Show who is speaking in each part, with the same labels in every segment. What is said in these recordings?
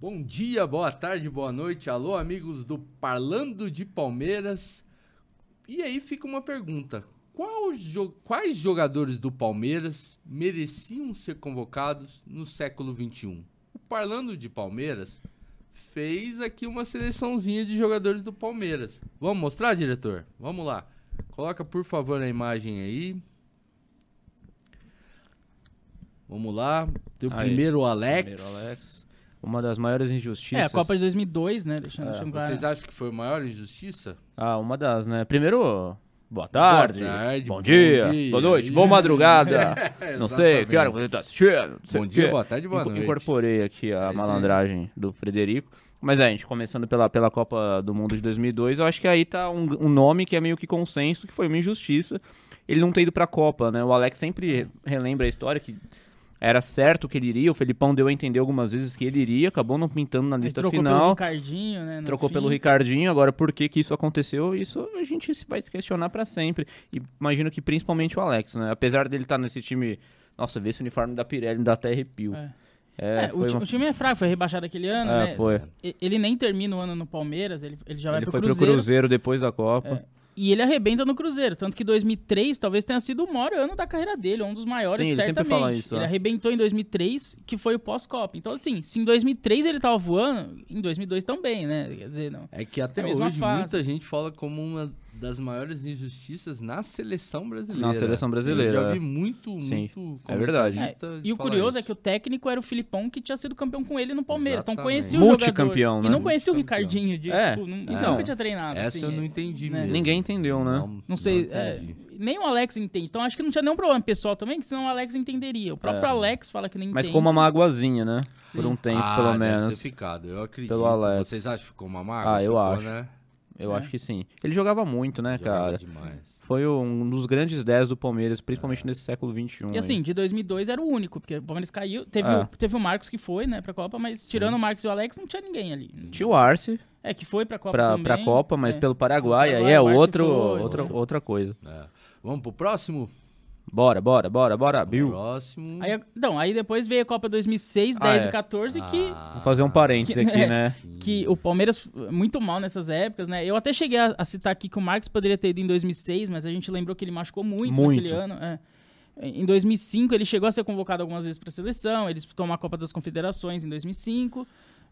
Speaker 1: Bom dia, boa tarde, boa noite. Alô, amigos do Parlando de Palmeiras. E aí fica uma pergunta: Qual jo- quais jogadores do Palmeiras mereciam ser convocados no século XXI? O Parlando de Palmeiras fez aqui uma seleçãozinha de jogadores do Palmeiras. Vamos mostrar, diretor? Vamos lá. Coloca, por favor, a imagem aí. Vamos lá. Tem o
Speaker 2: Aí.
Speaker 1: primeiro Alex.
Speaker 2: Primeiro Alex. Uma das maiores injustiças.
Speaker 3: É, a Copa de 2002, né? Deixando,
Speaker 2: É,
Speaker 3: deixando claro.
Speaker 1: Vocês acham que foi a maior injustiça?
Speaker 2: Ah, uma das, né? Primeiro, boa tarde.
Speaker 1: Boa tarde,
Speaker 2: bom,
Speaker 1: bom
Speaker 2: dia,
Speaker 1: dia.
Speaker 2: Boa noite.
Speaker 1: Ih.
Speaker 2: Boa madrugada.
Speaker 1: É,
Speaker 2: não sei, que hora
Speaker 1: exatamente.
Speaker 2: você tá assistindo. não sei
Speaker 1: Bom
Speaker 2: o
Speaker 1: dia,
Speaker 2: quê.
Speaker 1: boa tarde, boa
Speaker 2: Inco-
Speaker 1: noite.
Speaker 2: Incorporei aqui a
Speaker 1: É, sim.
Speaker 2: malandragem do Frederico. Mas é, a gente começando pela, pela Copa do Mundo de 2002, eu acho que aí tá um, um nome que é meio que consenso, que foi uma injustiça. Ele não ter ido pra Copa, né? O Alex sempre
Speaker 1: É.
Speaker 2: relembra a história que era certo que ele iria, o Felipão deu a entender algumas vezes que ele iria, acabou não pintando na
Speaker 3: Aí
Speaker 2: lista
Speaker 3: trocou pelo
Speaker 2: final.
Speaker 3: Ricardinho, né? no
Speaker 2: Trocou
Speaker 3: fim.
Speaker 2: pelo Ricardinho, agora por que que isso aconteceu? Isso a gente se- vai se questionar pra sempre. E imagino que principalmente o Alex, né? Apesar dele estar nesse time, nossa, ver esse uniforme da Pirelli me dá até arrepio.
Speaker 3: É.
Speaker 2: É,
Speaker 3: É, o,
Speaker 2: foi
Speaker 3: ti-
Speaker 2: uma-
Speaker 3: o time é fraco, foi rebaixado aquele ano,
Speaker 2: É,
Speaker 3: né?
Speaker 2: foi.
Speaker 3: E- Ele nem termina o ano no Palmeiras, ele, ele já vai
Speaker 2: Ele
Speaker 3: pro
Speaker 2: foi
Speaker 3: Cruzeiro. É,
Speaker 2: pro Cruzeiro depois da Copa.
Speaker 3: E ele arrebenta no Cruzeiro, tanto que 2003 talvez tenha sido o maior ano da carreira dele, um dos maiores,
Speaker 2: Sim, ele sempre
Speaker 3: certamente.
Speaker 2: fala isso,
Speaker 3: ele
Speaker 2: é.
Speaker 3: arrebentou em 2003, que foi o pós-Copa. Então, assim, se em 2003 ele tava voando, em 2002 também, né? Quer dizer, não.
Speaker 1: É que até
Speaker 3: É a mesma
Speaker 1: hoje
Speaker 3: fase.
Speaker 1: muita gente fala como uma das maiores injustiças na seleção brasileira.
Speaker 2: Na seleção brasileira,
Speaker 1: Eu já
Speaker 2: é.
Speaker 1: vi muito,
Speaker 2: Sim,
Speaker 1: muito
Speaker 2: é verdade.
Speaker 3: É,
Speaker 1: comentarista
Speaker 3: e o
Speaker 1: falar
Speaker 3: curioso é
Speaker 1: isso.
Speaker 3: que o técnico era o Filipão, que tinha sido campeão com ele no Palmeiras. Então
Speaker 1: Exatamente.
Speaker 3: conhecia o jogador.
Speaker 2: Multicampeão, né?
Speaker 3: E não conhecia o
Speaker 1: Multicampeão.
Speaker 3: Ricardinho, de,
Speaker 2: É,
Speaker 3: tipo, não, ele
Speaker 1: então,
Speaker 3: nunca tinha treinado.
Speaker 1: Essa
Speaker 3: assim,
Speaker 1: eu não
Speaker 3: é.
Speaker 1: entendi
Speaker 3: né?
Speaker 1: mesmo.
Speaker 2: Ninguém entendeu, né?
Speaker 3: Não sei, é,
Speaker 1: entendi.
Speaker 3: nem o Alex entende. Então acho que não tinha nenhum problema pessoal também, que senão o Alex entenderia. O próprio
Speaker 2: É.
Speaker 3: Alex fala que não entende.
Speaker 2: Mas ficou uma magoazinha, né? Por um tempo,
Speaker 1: ah,
Speaker 2: pelo
Speaker 1: deve ter
Speaker 2: menos.
Speaker 1: ficado, eu acredito.
Speaker 2: Pelo Alex.
Speaker 1: Vocês acham que ficou uma mágoa?
Speaker 2: Ah, eu
Speaker 1: Ficou,
Speaker 2: acho.
Speaker 1: Né?
Speaker 2: Eu
Speaker 3: É.
Speaker 2: acho que sim. Ele jogava muito, né,
Speaker 1: Jogava
Speaker 2: cara?
Speaker 1: Demais.
Speaker 2: Foi um dos grandes 10 do Palmeiras, principalmente nesse século um XXI.
Speaker 3: E assim, de 2002 era o único, porque o Palmeiras caiu. Teve,
Speaker 2: É.
Speaker 3: o, teve o Marcos que foi, né, pra Copa, mas tirando o Marcos e o Alex, não tinha ninguém ali.
Speaker 2: Tinha o Arce
Speaker 3: É, que foi pra Copa
Speaker 2: pra,
Speaker 3: também.
Speaker 2: pra Copa, mas
Speaker 3: é.
Speaker 2: pelo Paraguai, aí
Speaker 3: Paraguai,
Speaker 2: é
Speaker 3: o Arce
Speaker 2: outro,
Speaker 3: foi,
Speaker 2: outra,
Speaker 3: outro.
Speaker 2: outra coisa.
Speaker 1: É. Vamos pro próximo?
Speaker 2: Bora, bora, bora, bora, Bill.
Speaker 1: Próximo.
Speaker 3: Aí, então, aí depois veio a Copa 2006,
Speaker 2: Ah,
Speaker 3: 10
Speaker 2: é.
Speaker 3: e 14, que
Speaker 1: Ah,
Speaker 2: Vou fazer um parênteses aqui, né?
Speaker 3: que o Palmeiras eh, muito mal nessas épocas, né? Eu até cheguei a, a citar aqui que o Marcos poderia ter ido em 2006, mas a gente lembrou que ele machucou muito,
Speaker 2: Muito.
Speaker 3: naquele ano. é. Em 2005 ele chegou a ser convocado algumas vezes para a seleção, ele disputou uma Copa das Confederações em 2005,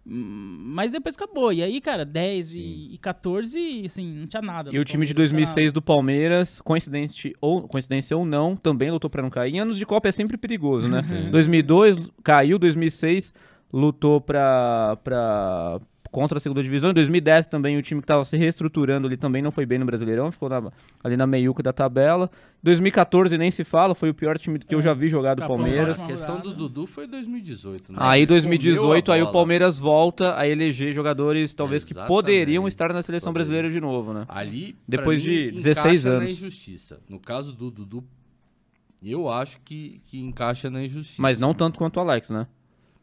Speaker 3: hum, mas depois acabou. E aí, cara, 10 e, e 14, assim, não tinha nada.
Speaker 2: E
Speaker 3: no
Speaker 2: o time de
Speaker 3: Palmeiras, não tinha nada.
Speaker 2: 2006 do Palmeiras, coincidente ou, coincidência ou não, também lutou pra não cair. Em anos de Copa é sempre perigoso, né? 2002 caiu, 2006 lutou pra, pra, contra a segunda divisão. Em 2010 também o time que tava se reestruturando ali também não foi bem no Brasileirão, ficou na- ali na meiuca da tabela. 2014 nem se fala, foi o pior time que eu já vi jogar do
Speaker 3: escapou na
Speaker 2: Palmeiras.
Speaker 1: A questão do Dudu foi 2018, né?
Speaker 2: Aí
Speaker 1: Ele
Speaker 2: 2018,
Speaker 1: comeu a
Speaker 2: aí o
Speaker 1: bola.
Speaker 2: Palmeiras volta a eleger jogadores talvez que
Speaker 1: Exatamente.
Speaker 2: poderiam estar na seleção
Speaker 1: Poderiam.
Speaker 2: brasileira de novo, né?
Speaker 1: Ali, pra
Speaker 2: Depois
Speaker 1: mim,
Speaker 2: de
Speaker 1: encaixa
Speaker 2: 16 anos.
Speaker 1: na injustiça. No caso do Dudu, eu acho que, que encaixa na injustiça.
Speaker 2: Mas não tanto quanto o Alex, né?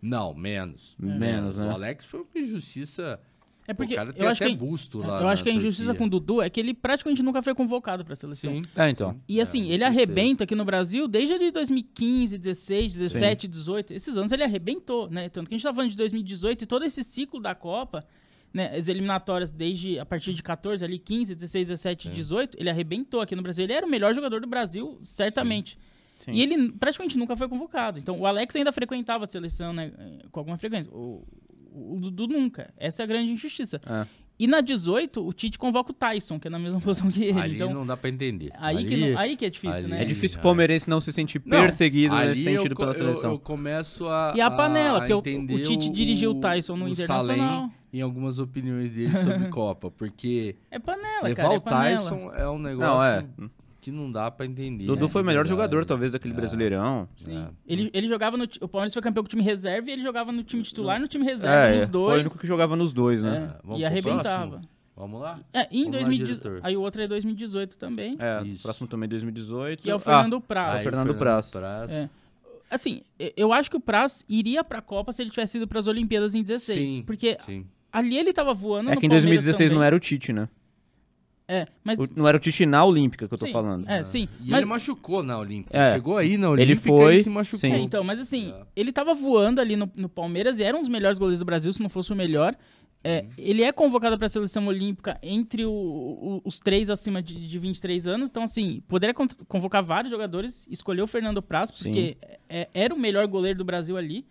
Speaker 1: Não, menos.
Speaker 2: Menos, né?
Speaker 1: O Alex foi uma injustiça...
Speaker 3: É porque
Speaker 1: o cara tem
Speaker 3: eu acho
Speaker 1: até
Speaker 3: que
Speaker 1: busto lá
Speaker 3: eu acho
Speaker 1: na
Speaker 3: que a injustiça
Speaker 1: Turquia.
Speaker 3: com o Dudu é que ele praticamente nunca foi convocado para a seleção.
Speaker 1: Sim.
Speaker 2: É, então.
Speaker 3: E
Speaker 1: É,
Speaker 3: assim, ele
Speaker 1: com certeza.
Speaker 3: arrebenta aqui no Brasil desde ali 2015, 16, 17, 18. Esses anos ele arrebentou, né? Tanto que a gente tá falando de 2018 e todo esse ciclo da Copa, né? As eliminatórias desde a partir de 14, ali 15, 16, 17, 18, ele arrebentou aqui no Brasil. Ele era o melhor jogador do Brasil, certamente.
Speaker 2: Sim.
Speaker 3: E ele praticamente nunca foi convocado. Então o Alex ainda frequentava a seleção, né? Com alguma frequência. O, o Dudu nunca. Essa é a grande injustiça.
Speaker 2: É.
Speaker 3: E na 18, o Tite convoca o Tyson, que é na mesma posição que ele.
Speaker 1: Ali
Speaker 3: então,
Speaker 1: não dá pra entender.
Speaker 3: Aí,
Speaker 1: ali,
Speaker 3: que não- aí que é difícil,
Speaker 1: ali
Speaker 3: né?
Speaker 2: É difícil
Speaker 1: é.
Speaker 2: o palmeirense não se sentir
Speaker 1: Não,
Speaker 2: perseguido
Speaker 1: ali
Speaker 2: nesse sentido
Speaker 1: eu, co-
Speaker 2: pela
Speaker 1: eu-
Speaker 2: seleção.
Speaker 1: Eu, começo a
Speaker 3: E a panela,
Speaker 1: a
Speaker 3: porque o-
Speaker 1: entender
Speaker 3: o Tite dirigiu o Tyson no Internacional.
Speaker 1: Salem em algumas opiniões dele sobre Copa, porque
Speaker 3: É panela,
Speaker 1: levar
Speaker 3: cara. É
Speaker 1: o
Speaker 3: panela.
Speaker 2: né?
Speaker 1: Tyson é um negócio
Speaker 2: Não, é.
Speaker 1: que não dá pra entender.
Speaker 2: Dudu
Speaker 1: né,
Speaker 2: foi o
Speaker 1: de
Speaker 2: melhor
Speaker 1: verdade.
Speaker 2: jogador, talvez, daquele brasileirão.
Speaker 3: Sim.
Speaker 1: É.
Speaker 3: Ele, ele jogava no. ti- O Palmeiras foi campeão com o time reserva e ele jogava no time titular e no time reserva,
Speaker 2: É,
Speaker 3: nos dois.
Speaker 2: foi o único que jogava nos dois,
Speaker 3: É,
Speaker 2: né?
Speaker 1: Vamos
Speaker 3: e
Speaker 1: pro
Speaker 3: arrebentava.
Speaker 1: próximo? Vamos lá?
Speaker 3: É, e em
Speaker 1: Vamos lá,
Speaker 3: 2018.
Speaker 1: diretor.
Speaker 3: Aí o outro é 2018 também.
Speaker 2: É,
Speaker 1: Isso.
Speaker 2: próximo também 2018.
Speaker 3: Que é o
Speaker 2: Ah,
Speaker 3: Fernando
Speaker 1: Aí,
Speaker 3: Praz.
Speaker 2: Fernando Praz.
Speaker 3: É. Assim, eu- eu acho que o Praz iria pra Copa se ele tivesse ido pras Olimpíadas em 16.
Speaker 1: Sim,
Speaker 3: porque
Speaker 1: sim.
Speaker 3: ali ele tava voando.
Speaker 2: é
Speaker 3: no
Speaker 2: que em
Speaker 3: Palmeiras
Speaker 2: 2016 não
Speaker 3: também.
Speaker 2: era o Tite, né?
Speaker 3: É, mas.
Speaker 2: O- não era o Tichiná Olímpica que eu tô
Speaker 3: sim,
Speaker 2: falando.
Speaker 3: É, sim.
Speaker 1: E
Speaker 3: mas-
Speaker 1: ele machucou na Olímpica.
Speaker 2: É.
Speaker 1: Chegou aí na
Speaker 2: Ele
Speaker 1: Olímpica
Speaker 2: foi,
Speaker 1: e se machucou.
Speaker 2: sim.
Speaker 3: É, então, mas assim,
Speaker 1: É.
Speaker 3: ele tava voando ali no, no Palmeiras e era um dos melhores goleiros do Brasil, se não fosse o melhor. É, ele é convocado para a seleção olímpica entre o- o- os três acima de, de 23 anos. Então, assim, poderia con- convocar vários jogadores, escolheu o Fernando Praz, porque é- era o melhor goleiro do Brasil ali.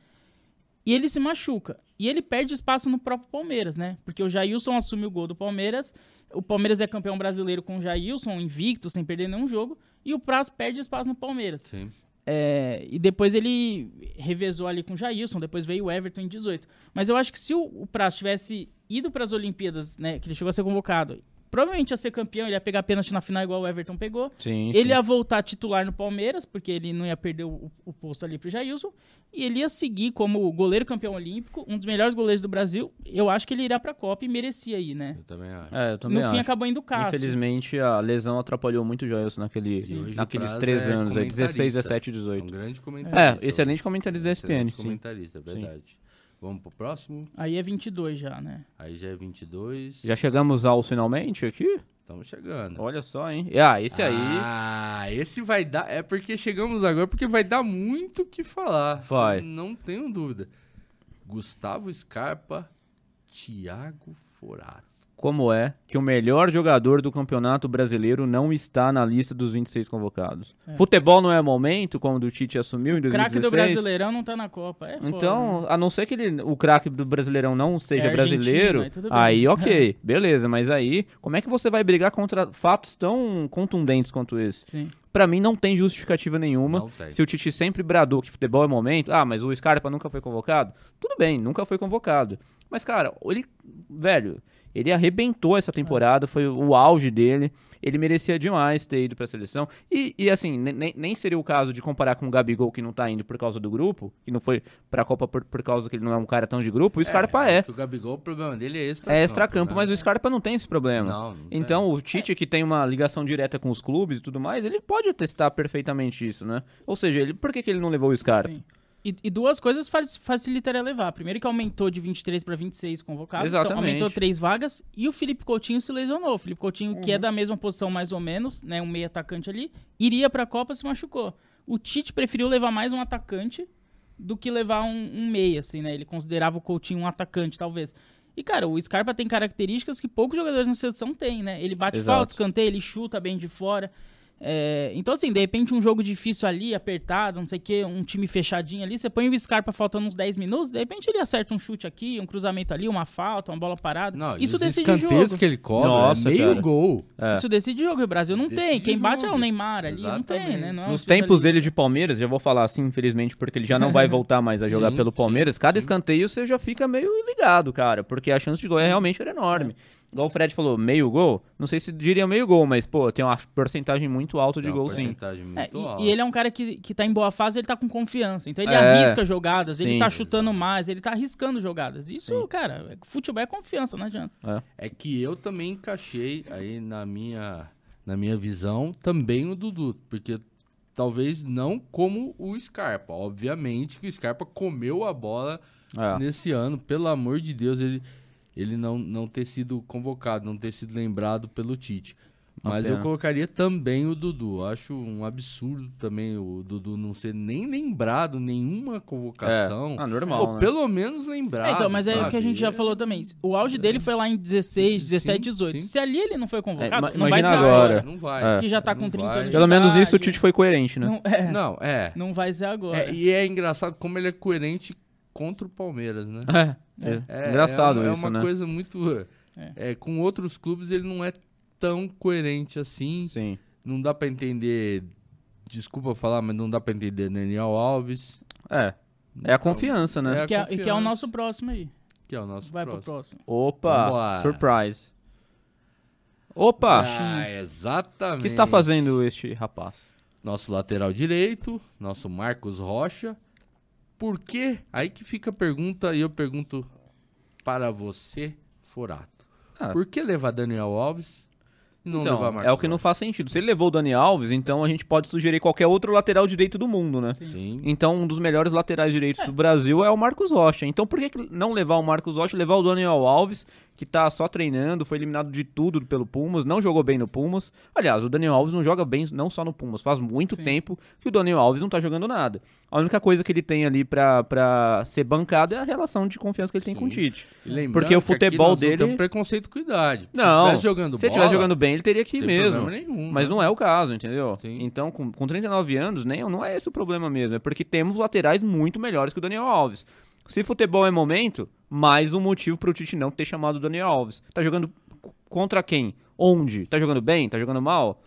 Speaker 3: E ele se machuca. E ele perde espaço no próprio Palmeiras, né? Porque o Jailson assume o gol do Palmeiras. O Palmeiras é campeão brasileiro com o Jailson, invicto, sem perder nenhum jogo. E o Praz perde espaço no Palmeiras.
Speaker 1: Sim.
Speaker 3: É, e depois ele revezou ali com o Jailson, depois veio o Everton em 18. Mas eu acho que se o, o Praz tivesse ido para as Olimpíadas, né, que ele chegou a ser convocado, provavelmente ia ser campeão, ele ia pegar pênalti na final igual o Everton pegou.
Speaker 2: Sim,
Speaker 3: Ele é
Speaker 2: sim.
Speaker 3: ia voltar titular no Palmeiras, porque ele não ia perder o, o posto ali pro Jailson. E ele ia seguir como goleiro campeão olímpico, um dos melhores goleiros do Brasil. Eu acho que ele irá pra Copa e merecia ir, né?
Speaker 1: Eu também acho.
Speaker 2: É, eu
Speaker 3: No
Speaker 2: também
Speaker 3: fim
Speaker 2: acho.
Speaker 3: acabou indo o Cássio.
Speaker 2: Infelizmente, a lesão atrapalhou muito o Joelson naquele,
Speaker 1: E hoje o
Speaker 2: naqueles
Speaker 1: Praz
Speaker 2: três
Speaker 1: é
Speaker 2: anos aí, 16,
Speaker 1: comentarista.
Speaker 2: 17,
Speaker 1: É um
Speaker 2: 18.
Speaker 1: grande
Speaker 2: É,
Speaker 1: comentarista.
Speaker 2: excelente comentarista da ESPN,
Speaker 1: Excelente
Speaker 2: sim.
Speaker 1: comentarista, é verdade. Vamos pro próximo.
Speaker 3: Aí é 22 já, né?
Speaker 1: Aí já é 22.
Speaker 2: Já chegamos aos finalmente aqui?
Speaker 1: Estamos chegando.
Speaker 2: Olha só, hein? Ah, esse aí...
Speaker 1: Ah, esse vai dar. É porque chegamos agora, porque vai dar muito o que falar.
Speaker 2: Vai.
Speaker 1: Cê Não tenho dúvida. Gustavo Scarpa, Thiago Forato.
Speaker 2: Como é que o melhor jogador do campeonato brasileiro não está na lista dos 26 convocados? Futebol não é momento, como o do Tite assumiu em
Speaker 3: Craque
Speaker 2: 2016?
Speaker 3: do Brasileirão não tá na Copa. É foda, né?
Speaker 2: Então, a não ser que ele, o craque do Brasileirão não seja
Speaker 3: É argentino,
Speaker 2: brasileiro,
Speaker 3: aí tudo bem.
Speaker 2: aí ok, beleza, mas aí como é que você vai brigar contra fatos tão contundentes quanto esse?
Speaker 3: Sim.
Speaker 2: Pra mim não tem justificativa nenhuma.
Speaker 1: Não tem.
Speaker 2: Se o Tite sempre bradou que futebol é momento, ah, mas o Scarpa nunca foi convocado, tudo bem, nunca foi convocado. Mas cara, ele, velho, ele arrebentou essa temporada, foi o auge dele. Ele merecia demais ter ido pra seleção. E, e, assim, ne- nem, nem seria o caso de comparar com o Gabigol, que não tá indo por causa do grupo, que não foi pra Copa por, por causa que ele não é um cara tão de grupo. O Scarpa é.
Speaker 1: porque O Gabigol, o problema dele é extra. né?
Speaker 2: É extra-campo, mas o Scarpa não tem esse problema.
Speaker 1: Não, não tem.
Speaker 2: então, o Tite, que tem uma ligação direta com os clubes e tudo mais, ele pode testar perfeitamente isso, né? Ou seja, ele, por que, que ele não levou o Scarpa?
Speaker 3: Sim. E, e duas coisas faz, facilitaria levar. Primeiro que aumentou de 23 para 26 convocados, então
Speaker 2: Exatamente.
Speaker 3: aumentou três vagas e o Felipe Coutinho se lesionou. O Felipe Coutinho, que é da mesma posição mais ou menos, né, um meio atacante ali, iria para a Copa se machucou. O Tite preferiu levar mais um atacante do que levar um, um meia, assim, né? Ele considerava o Coutinho um atacante, talvez. E, cara, o Scarpa tem características que poucos jogadores na seleção têm, né? Ele bate
Speaker 2: Exato.
Speaker 3: falta, escanteia, ele chuta bem de fora. É, então, assim, de repente um jogo difícil ali, apertado, não sei o quê, um time fechadinho ali, você põe o Scarpa faltando uns 10 minutos, de repente ele acerta um chute aqui, um cruzamento ali, uma falta, uma bola parada.
Speaker 1: Não,
Speaker 3: Isso
Speaker 1: Isso os
Speaker 3: decide
Speaker 1: escanteios
Speaker 3: jogo.
Speaker 1: que ele cobra,
Speaker 2: Nossa,
Speaker 1: é meio
Speaker 2: cara.
Speaker 1: gol.
Speaker 3: Isso decide jogo, e o Brasil não tem.
Speaker 1: Decide
Speaker 3: Quem bate é o
Speaker 1: jogo.
Speaker 3: Neymar ali, não tem,
Speaker 1: Exatamente.
Speaker 3: né? Não é um
Speaker 2: Nos tempos
Speaker 3: especialista.
Speaker 2: dele de Palmeiras, já vou falar assim, infelizmente, porque ele já não vai voltar mais a jogar
Speaker 1: Sim,
Speaker 2: pelo
Speaker 1: sim,
Speaker 2: Palmeiras. Cada
Speaker 1: sim.
Speaker 2: escanteio você já fica meio ligado, cara, porque a chance de gol é realmente era enorme. Igual o Fred falou, meio gol. Não sei se diria meio gol, mas, pô, tem uma porcentagem muito alta de
Speaker 1: Tem uma
Speaker 2: gol, sim.
Speaker 1: porcentagem
Speaker 3: É,
Speaker 1: muito alta.
Speaker 3: e, e ele é um cara que, que tá em boa fase, ele tá com confiança. Então ele
Speaker 2: É.
Speaker 3: arrisca jogadas, ele
Speaker 2: Sim.
Speaker 3: tá chutando mais, ele tá arriscando jogadas. Isso, cara, é- futebol é confiança, não adianta.
Speaker 1: É que eu também encaixei aí na minha, na minha visão também o Dudu, porque talvez não como o Scarpa. Obviamente que o Scarpa comeu a bola
Speaker 2: É.
Speaker 1: nesse ano, pelo amor de Deus, ele, ele não, não ter sido convocado, não ter sido lembrado pelo Tite.
Speaker 2: Uma
Speaker 1: Mas eu
Speaker 2: pena.
Speaker 1: colocaria também o Dudu. Acho um absurdo também o Dudu não ser nem lembrado, nenhuma convocação.
Speaker 2: É. Ah,
Speaker 1: Ou
Speaker 2: normal, né?
Speaker 1: pelo menos lembrado.
Speaker 3: É, então, mas é o que a
Speaker 1: Ah, sabe?
Speaker 3: gente já falou também. O auge dele foi lá em 16, 17,
Speaker 1: Sim,
Speaker 3: 18.
Speaker 1: sim.
Speaker 3: Se ali ele não foi convocado,
Speaker 2: É, ima-
Speaker 3: não vai ser
Speaker 2: imagina
Speaker 3: agora.
Speaker 2: agora.
Speaker 1: Não vai.
Speaker 2: É.
Speaker 3: Que já tá
Speaker 1: Não
Speaker 3: com 30
Speaker 1: vai.
Speaker 3: anos de
Speaker 2: Pelo menos nisso o
Speaker 3: idade.
Speaker 2: Tite foi coerente, né?
Speaker 3: Não, é, não.
Speaker 1: Não, é.
Speaker 3: vai ser agora.
Speaker 1: É, E é engraçado como ele é coerente contra o Palmeiras, né?
Speaker 2: É,
Speaker 1: É,
Speaker 2: é engraçado
Speaker 1: é, uma-
Speaker 2: isso,
Speaker 1: É uma
Speaker 2: né?
Speaker 1: coisa muito... é, com outros clubes ele não é tão coerente assim.
Speaker 2: Sim.
Speaker 1: Não dá pra entender... Desculpa falar, mas não dá pra entender Daniel Alves,
Speaker 2: É. É a confiança, né?
Speaker 1: É.
Speaker 3: que, é, que é o
Speaker 1: confiança.
Speaker 3: nosso próximo aí.
Speaker 1: que é o nosso
Speaker 3: Vai pro
Speaker 1: próximo.
Speaker 3: próximo.
Speaker 2: Opa,
Speaker 1: Vambora.
Speaker 2: surprise. Opa,
Speaker 1: Ah, exatamente.
Speaker 2: o que está fazendo este rapaz?
Speaker 1: Nosso lateral direito, nosso Marcos Rocha. Por quê? Aí que fica a pergunta e eu pergunto para você, Forato.
Speaker 2: Ah.
Speaker 1: Por que levar Daniel Alves e não levar
Speaker 2: Então,
Speaker 1: Marcos
Speaker 2: é o que não faz sentido. Se ele levou o Dani Alves, então a gente pode sugerir qualquer outro lateral direito do mundo, né?
Speaker 1: Rocha? Sim.
Speaker 2: Então, um dos melhores laterais direitos do Brasil é o Marcos Rocha. Então, por que que não levar o Marcos Rocha e levar o Daniel Alves, que tá só treinando, foi eliminado de tudo pelo Pumas, não jogou bem no Pumas. Aliás, o Daniel Alves não joga bem não só no Pumas, faz muito
Speaker 3: Sim.
Speaker 2: tempo que o Daniel Alves não tá jogando nada. A única coisa que ele tem ali pra, pra ser bancado é a relação de confiança que ele tem com o
Speaker 1: Sim.
Speaker 2: Tite.
Speaker 1: E lembrando
Speaker 2: Porque o
Speaker 1: que aqui
Speaker 2: futebol
Speaker 1: nós não
Speaker 2: dele-
Speaker 1: temos preconceito com idade. Se
Speaker 2: Não.
Speaker 1: estivesse jogando
Speaker 2: Se
Speaker 1: bola,
Speaker 2: ele estivesse jogando bem, ele teria que ir
Speaker 1: sem
Speaker 2: mesmo.
Speaker 1: problema nenhum. né?
Speaker 2: Mas não é o caso, entendeu?
Speaker 1: Sim.
Speaker 2: Então, com, com 39 anos, nem, não é esse o problema mesmo. É porque temos laterais muito melhores que o Daniel Alves. Se futebol é momento, mais um motivo pro Tite não ter chamado o Daniel Alves. Tá jogando c- contra quem? Onde? Tá jogando bem? Tá jogando mal?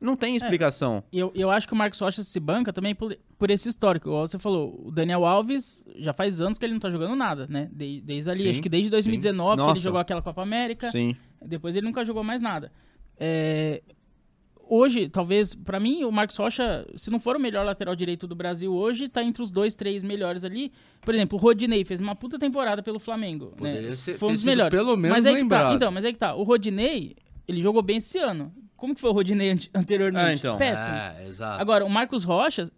Speaker 2: Não
Speaker 3: É.
Speaker 2: tem explicação.
Speaker 3: E Eu, eu acho que o Marcos Rocha se banca também por, por esse histórico. Igual Você falou, o Daniel Alves já faz anos que ele não tá jogando nada, né? De- desde ali,
Speaker 1: Sim,
Speaker 3: acho que desde 2019 que
Speaker 2: Nossa.
Speaker 3: ele jogou aquela Copa América.
Speaker 2: Sim.
Speaker 3: Depois ele nunca jogou mais nada. É, Hoje, talvez, pra mim, o Marcos Rocha, se não for o melhor lateral direito do Brasil hoje, tá entre os dois, três melhores ali. Por exemplo, o Rodinei fez uma puta temporada pelo Flamengo. né?
Speaker 1: Poderia ser-
Speaker 3: Foi um
Speaker 1: ter
Speaker 3: dos
Speaker 1: sido
Speaker 3: melhores.
Speaker 1: pelo menos
Speaker 3: mas aí que tá.
Speaker 1: lembrado.
Speaker 3: Então, mas aí que tá. O Rodinei, ele jogou bem esse ano. Como que foi o Rodinei ante- anteriormente?
Speaker 2: Ah, então.
Speaker 3: Péssimo.
Speaker 1: É, exato.
Speaker 3: Agora, o Marcos Rocha,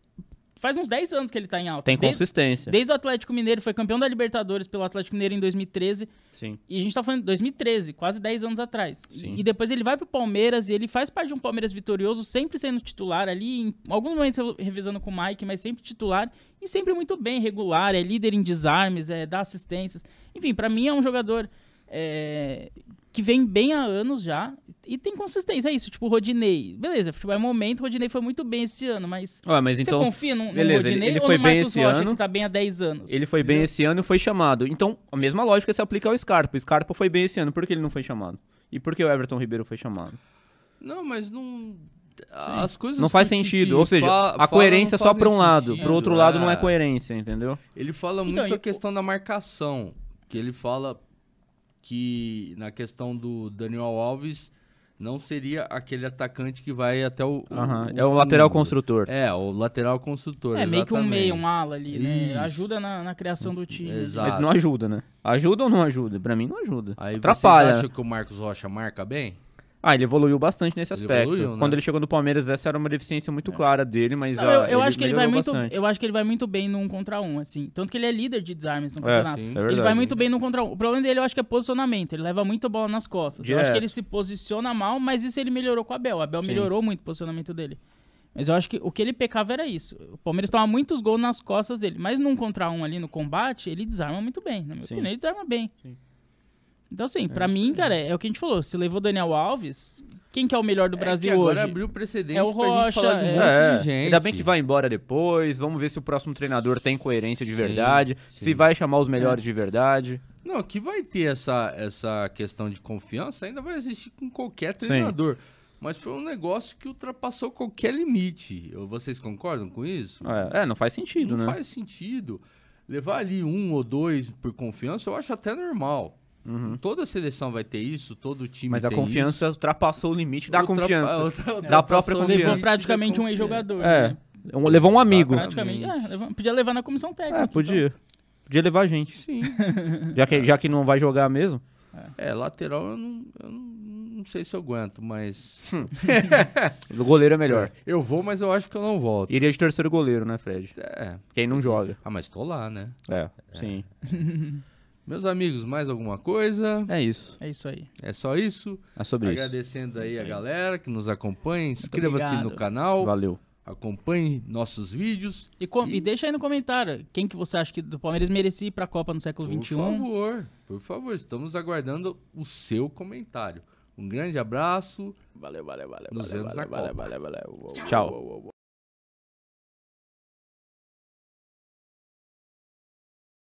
Speaker 3: faz uns 10 anos que ele tá em alta.
Speaker 2: Tem
Speaker 3: Desde-
Speaker 2: consistência.
Speaker 3: Desde o Atlético Mineiro, foi campeão da Libertadores pelo Atlético Mineiro em 2013.
Speaker 2: Sim.
Speaker 3: E a gente tá falando de 2013, quase 10 anos atrás.
Speaker 2: Sim.
Speaker 3: E depois ele vai pro Palmeiras e ele faz parte de um Palmeiras vitorioso, sempre sendo titular ali, em alguns momentos eu revisando com o Mike, mas sempre titular e sempre muito bem, regular, é líder em desarmes, é dá assistências. Enfim, pra mim é um jogador é, que vem bem há anos já e tem consistência, é isso. Tipo, o Rodinei, beleza, futebol é momento, o Rodinei foi muito bem esse ano, mas
Speaker 2: Ué, mas
Speaker 3: você
Speaker 2: então
Speaker 3: confia no, no
Speaker 2: beleza, ele-
Speaker 3: Rodinei
Speaker 2: ele
Speaker 3: ou
Speaker 2: foi
Speaker 3: no
Speaker 2: bem
Speaker 3: Marcos
Speaker 2: esse
Speaker 3: Rocha,
Speaker 2: ano.
Speaker 3: que tá bem há 10 anos?
Speaker 2: Ele foi bem esse ano e foi chamado. Então, a mesma lógica se aplica ao Scarpa. O Scarpa foi bem esse ano. Por que ele não foi chamado? E por que o Everton Ribeiro foi chamado?
Speaker 1: Não, mas não. As coisas
Speaker 2: não faz
Speaker 1: que o Titi
Speaker 2: sentido. Ou seja,
Speaker 1: fa-
Speaker 2: a
Speaker 1: fala
Speaker 2: coerência é
Speaker 1: não
Speaker 2: só pra um
Speaker 1: fazem
Speaker 2: lado.
Speaker 1: sentido,
Speaker 2: Pro outro lado não é
Speaker 1: é.
Speaker 2: coerência, entendeu?
Speaker 1: Ele fala
Speaker 3: Então,
Speaker 1: muito
Speaker 3: e
Speaker 1: a
Speaker 3: o-
Speaker 1: questão da marcação. Que ele fala que na questão do Daniel Alves não seria aquele atacante que vai até o. o-
Speaker 2: Aham,
Speaker 1: o
Speaker 2: É o lateral
Speaker 1: fundo.
Speaker 2: construtor.
Speaker 1: É, o lateral construtor.
Speaker 3: É, meio que um meio,
Speaker 1: exatamente.
Speaker 3: um ala ali, né?
Speaker 1: Isso.
Speaker 3: Ajuda na, na criação do time.
Speaker 1: Exato.
Speaker 2: Mas não ajuda, né? Ajuda ou não ajuda? Pra mim não ajuda.
Speaker 1: Aí
Speaker 2: Atrapalha.
Speaker 1: vocês acham que o Marcos Rocha marca bem?
Speaker 2: Ah, ele evoluiu bastante nesse
Speaker 1: Ele
Speaker 2: aspecto.
Speaker 1: evoluiu, né? É.
Speaker 2: Quando ele chegou no Palmeiras, essa era uma deficiência muito clara dele, mas
Speaker 3: Não,
Speaker 2: ah,
Speaker 3: eu, eu acho que ele vai
Speaker 2: melhorou
Speaker 3: muito,
Speaker 2: bastante.
Speaker 3: eu acho que ele vai muito bem num contra um, assim. Tanto que ele é líder de desarmes no
Speaker 2: É,
Speaker 3: campeonato.
Speaker 2: sim, é
Speaker 3: ele
Speaker 2: verdade.
Speaker 3: vai muito bem num contra um. O problema dele, eu acho que é posicionamento. Ele leva muita bola nas costas. Eu acho
Speaker 2: Direto.
Speaker 3: que ele se posiciona mal, mas isso ele melhorou com o Abel. O Abel
Speaker 2: Sim.
Speaker 3: melhorou muito o posicionamento dele. Mas eu acho que o que ele pecava era isso. O Palmeiras toma muitos gols nas costas dele. Mas num contra um ali no combate, ele desarma muito bem. Na minha
Speaker 2: Sim.
Speaker 3: opinião, ele desarma bem. Então, assim, pra mim, cara, é o que a gente falou. Se levou Daniel Alves, quem que é o melhor do
Speaker 1: É
Speaker 3: Brasil
Speaker 1: que agora
Speaker 3: hoje?
Speaker 1: abriu precedente
Speaker 3: É o
Speaker 1: pra gente
Speaker 3: Rocha,
Speaker 1: falar de um
Speaker 3: é.
Speaker 1: monte
Speaker 2: É,
Speaker 1: de gente.
Speaker 2: Ainda bem que vai embora depois. Vamos ver se o próximo treinador tem coerência de verdade. Se
Speaker 1: sim. É.
Speaker 2: vai chamar os melhores de verdade.
Speaker 1: Não, que vai ter essa, essa questão de confiança, ainda vai existir com qualquer treinador. Mas foi um negócio que ultrapassou qualquer limite. Eu- Vocês concordam com isso?
Speaker 2: É, é, não faz sentido,
Speaker 1: Não
Speaker 2: né?
Speaker 1: faz sentido. Levar ali um ou dois por confiança, eu acho até normal. Toda seleção vai ter isso, todo time
Speaker 2: Uhum. Mas a
Speaker 1: tem isso.
Speaker 2: confiança ultrapassou o limite da
Speaker 1: Ultrapa-
Speaker 2: confiança.
Speaker 1: ultra- ultrapassou o
Speaker 2: Da própria confiança.
Speaker 3: Levou
Speaker 1: limite da
Speaker 3: praticamente um
Speaker 1: confiança.
Speaker 3: ex-jogador. né?
Speaker 2: É, um- levou um amigo.
Speaker 3: Praticamente. É, leva- podia levar na comissão técnica.
Speaker 2: É, podia. Podia levar a gente.
Speaker 1: Sim.
Speaker 2: Já que, já que não vai jogar mesmo.
Speaker 1: É, lateral eu não, eu não, não sei se eu aguento, mas.
Speaker 2: O goleiro é melhor.
Speaker 1: Eu vou, mas eu acho que eu não volto.
Speaker 2: Iria de terceiro goleiro, né, Fred?
Speaker 1: É.
Speaker 2: Quem não joga.
Speaker 1: Ah, mas tô lá, né?
Speaker 2: É, sim.
Speaker 1: Meus amigos, mais alguma coisa?
Speaker 2: É isso.
Speaker 3: então. É isso aí.
Speaker 1: É só isso.
Speaker 2: É sobre isso.
Speaker 1: Agradecendo aí a galera que nos acompanha. Inscreva-se
Speaker 3: obrigado.
Speaker 1: no canal,
Speaker 2: Valeu.
Speaker 1: acompanhe nossos vídeos.
Speaker 3: E, com- e deixa aí no comentário quem que você acha que do Palmeiras merecia ir pra Copa no século um?
Speaker 1: Por
Speaker 3: XXI.
Speaker 1: favor, por favor, estamos aguardando o seu comentário. Um grande abraço.
Speaker 3: Valeu, valeu, valeu.
Speaker 1: Nos
Speaker 3: valeu,
Speaker 1: vemos na
Speaker 3: valeu, valeu,
Speaker 1: Copa.
Speaker 3: valeu, valeu, valeu.
Speaker 2: Tchau.